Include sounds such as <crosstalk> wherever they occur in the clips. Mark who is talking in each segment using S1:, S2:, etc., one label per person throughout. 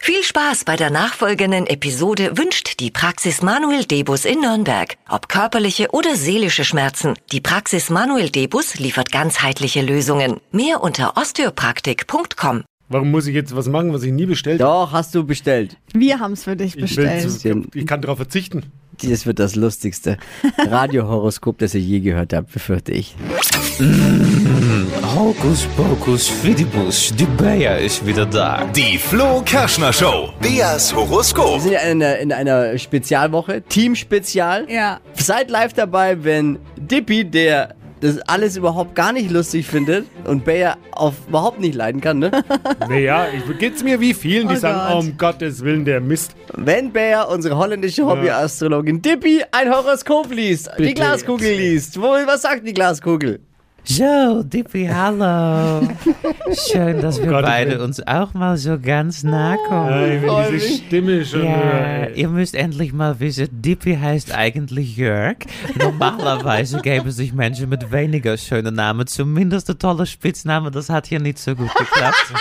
S1: Viel Spaß bei der nachfolgenden Episode wünscht die Praxis Manuel Debus in Nürnberg. Ob körperliche oder seelische Schmerzen, die Praxis Manuel Debus liefert ganzheitliche Lösungen. Mehr unter osteopraktik.com.
S2: Warum muss ich jetzt was machen, was ich nie bestellt habe?
S3: Doch, hast du bestellt.
S4: Wir haben es für dich
S2: Ich, will
S4: bestellt.
S2: zu- ich kann darauf verzichten.
S3: Das wird das
S5: <laughs>
S3: lustigste Radiohoroskop, das ihr je gehört habt, befürchte ich.
S5: Hokus Pokus Fidibus, die Bayer ist wieder da.
S6: Die Flo Kerschner Show. Beas
S3: Wir
S6: Horoskop.
S3: sind ja in einer, in einer Spezialwoche, Team-Spezial.
S4: Ja.
S3: Seid live dabei, wenn Dippy, der das alles überhaupt gar nicht lustig findet und Bayer auf überhaupt nicht leiden kann, ne?
S5: <laughs>
S2: Naja, ich, geht's mir wie vielen, die
S4: Oh
S2: sagen,
S4: Gott.
S2: oh, um Gottes Willen, der Mist.
S3: Wenn Bayer, unsere holländische Hobby-Astrologin Dippy, ein Horoskop liest, die
S2: Bitte.
S3: Glaskugel liest. Wo, was sagt die Glaskugel?
S5: So, Dippy, hallo. Schön, dass wir
S2: Oh Gott, ich
S5: beide
S2: bin-
S5: uns auch mal so ganz nah
S2: Ah, ich
S5: kommen.
S2: will diese Stimme schon
S5: Ja,
S2: hören. ey.
S5: ihr müsst endlich mal wissen, Dippy heißt eigentlich Jörg. Normalerweise geben sich Menschen mit weniger schönen Namen zumindest eine tolle Spitzname. Das hat hier nicht so gut geklappt.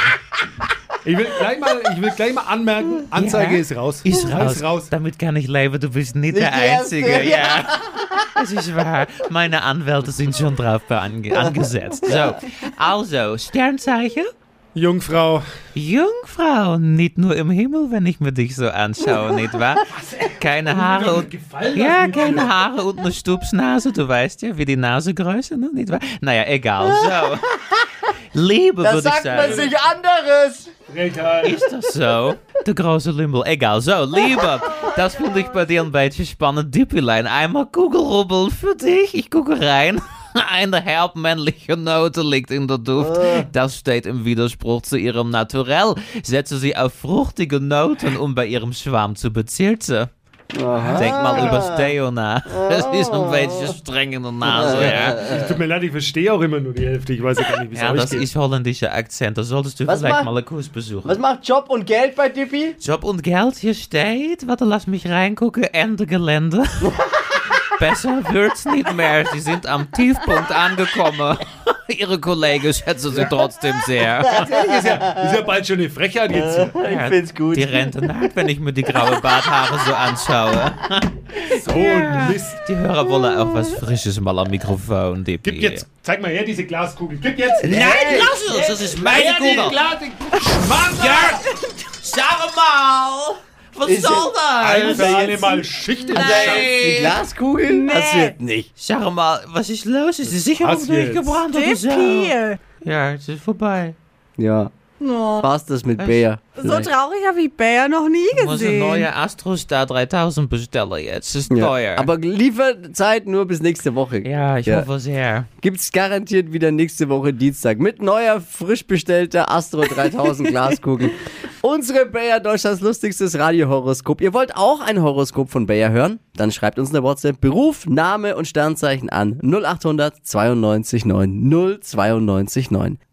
S2: Ich will gleich mal, ich will gleich mal anmerken, Anzeige
S5: Ja.
S2: ist raus.
S5: Ist
S2: Alles
S5: raus.
S2: raus.
S5: Damit kann ich leben, du bist nicht, der
S3: der Erste,
S5: Einzige. ja. <laughs> Das ist wahr. Meine Anwälte sind schon drauf ange angesetzt. So, also, Sternzeichen?
S2: Jungfrau,
S5: Jungfrau, nicht nur im Himmel, wenn ich mir dich so anschaue, nicht wahr? Keine Haare und
S2: gefallen
S5: ja,
S2: lassen,
S5: keine Haare und eine Stupsnase, du weißt ja, wie die Nasegröße, ne, nicht wahr? Naja, Nou egal. So. Liebe,
S3: Da
S5: würde ich
S3: sagt man
S5: sagen.
S3: sich anderes.
S2: Frechheit.
S5: Is dat zo? De grote lummel. Egal, zo, lieber. Das finde ich bei dir ein bisschen spannend. Dippelein, einmal Kugelrubbel für dich. Ich gucke <laughs> rein. Eine herbmännliche Note liegt in der Duft. Das steht im Widerspruch zu ihrem Naturell. Setze sie auf fruchtige Noten, um bei ihrem Schwarm zu bezirzen. Denk mal über Theo <laughs> nach. Es ist ein bisschen streng in
S2: <laughs>
S5: der Nase, ja.
S2: Tut mir leid, ich verstehe auch immer nur die Hälfte. Ich weiß ja gar nicht, wie es
S5: Ja,
S2: euch
S5: das
S2: geht.
S5: ist holländischer Akzent. Da solltest du
S3: Was
S5: vielleicht
S3: macht-
S5: mal einen Kurs besuchen.
S3: Was macht Job und Geld bei Dippy?
S5: Job und Geld hier steht. Warte, lass mich reingucken. Ende Gelände. Besser wird's nicht mehr. Sie sind am Tiefpunkt angekommen. Ihre Kollegen schätzen sie trotzdem sehr.
S2: ist, ja, ist ja bald schon eine Frechheit jetzt. hier.
S5: Ja,
S3: find's gut.
S5: Die Rentenart, wenn ich mir die graue Barthaare so anschaue.
S2: So ein Mist.
S5: Die Hörer wollen auch was Frisches mal am Mikrofon, Dippi.
S2: Gib jetzt, zeig mal her diese Glaskugel. Gib jetzt.
S5: Nein, lass uns! Das ist meine
S2: her die
S5: Kugel!
S2: Glas-
S5: Ja! Sag mal! Was
S3: Ist
S5: soll
S3: jetzt
S2: Ein
S5: das?
S2: für alle Mal Schicht in
S3: Die Glaskugel? Passiert nicht.
S5: Sag mal, was ist los? Ist die Sicherung
S2: Was jetzt?
S5: durchgebrannt oder so?
S4: Dippy.
S5: Ja, es ist vorbei.
S3: Ja,
S4: Oh,
S3: war's das mit Bayer.
S4: so trauriger wie Bär noch nie
S5: Ich muss eine
S4: gesehen.
S5: neue Astrostar 3000 bestellen jetzt. Es ist
S3: Ja.
S5: dus teuer.
S3: Aber Lieferzeit nur bis nächste Woche.
S5: ja, ich
S3: Ja.
S5: hoffe sehr.
S3: Gibt's garantiert wieder nächste Woche Dienstag mit neuer, frisch bestellter Astro <laughs> 3000 Glaskugel. Unsere Bayer Deutschlands lustigstes Radiohoroskop. Ihr wollt auch ein Horoskop von Bayer hören? Dann schreibt uns eine WhatsApp Beruf, Name und Sternzeichen an 0800 92 9 092 9.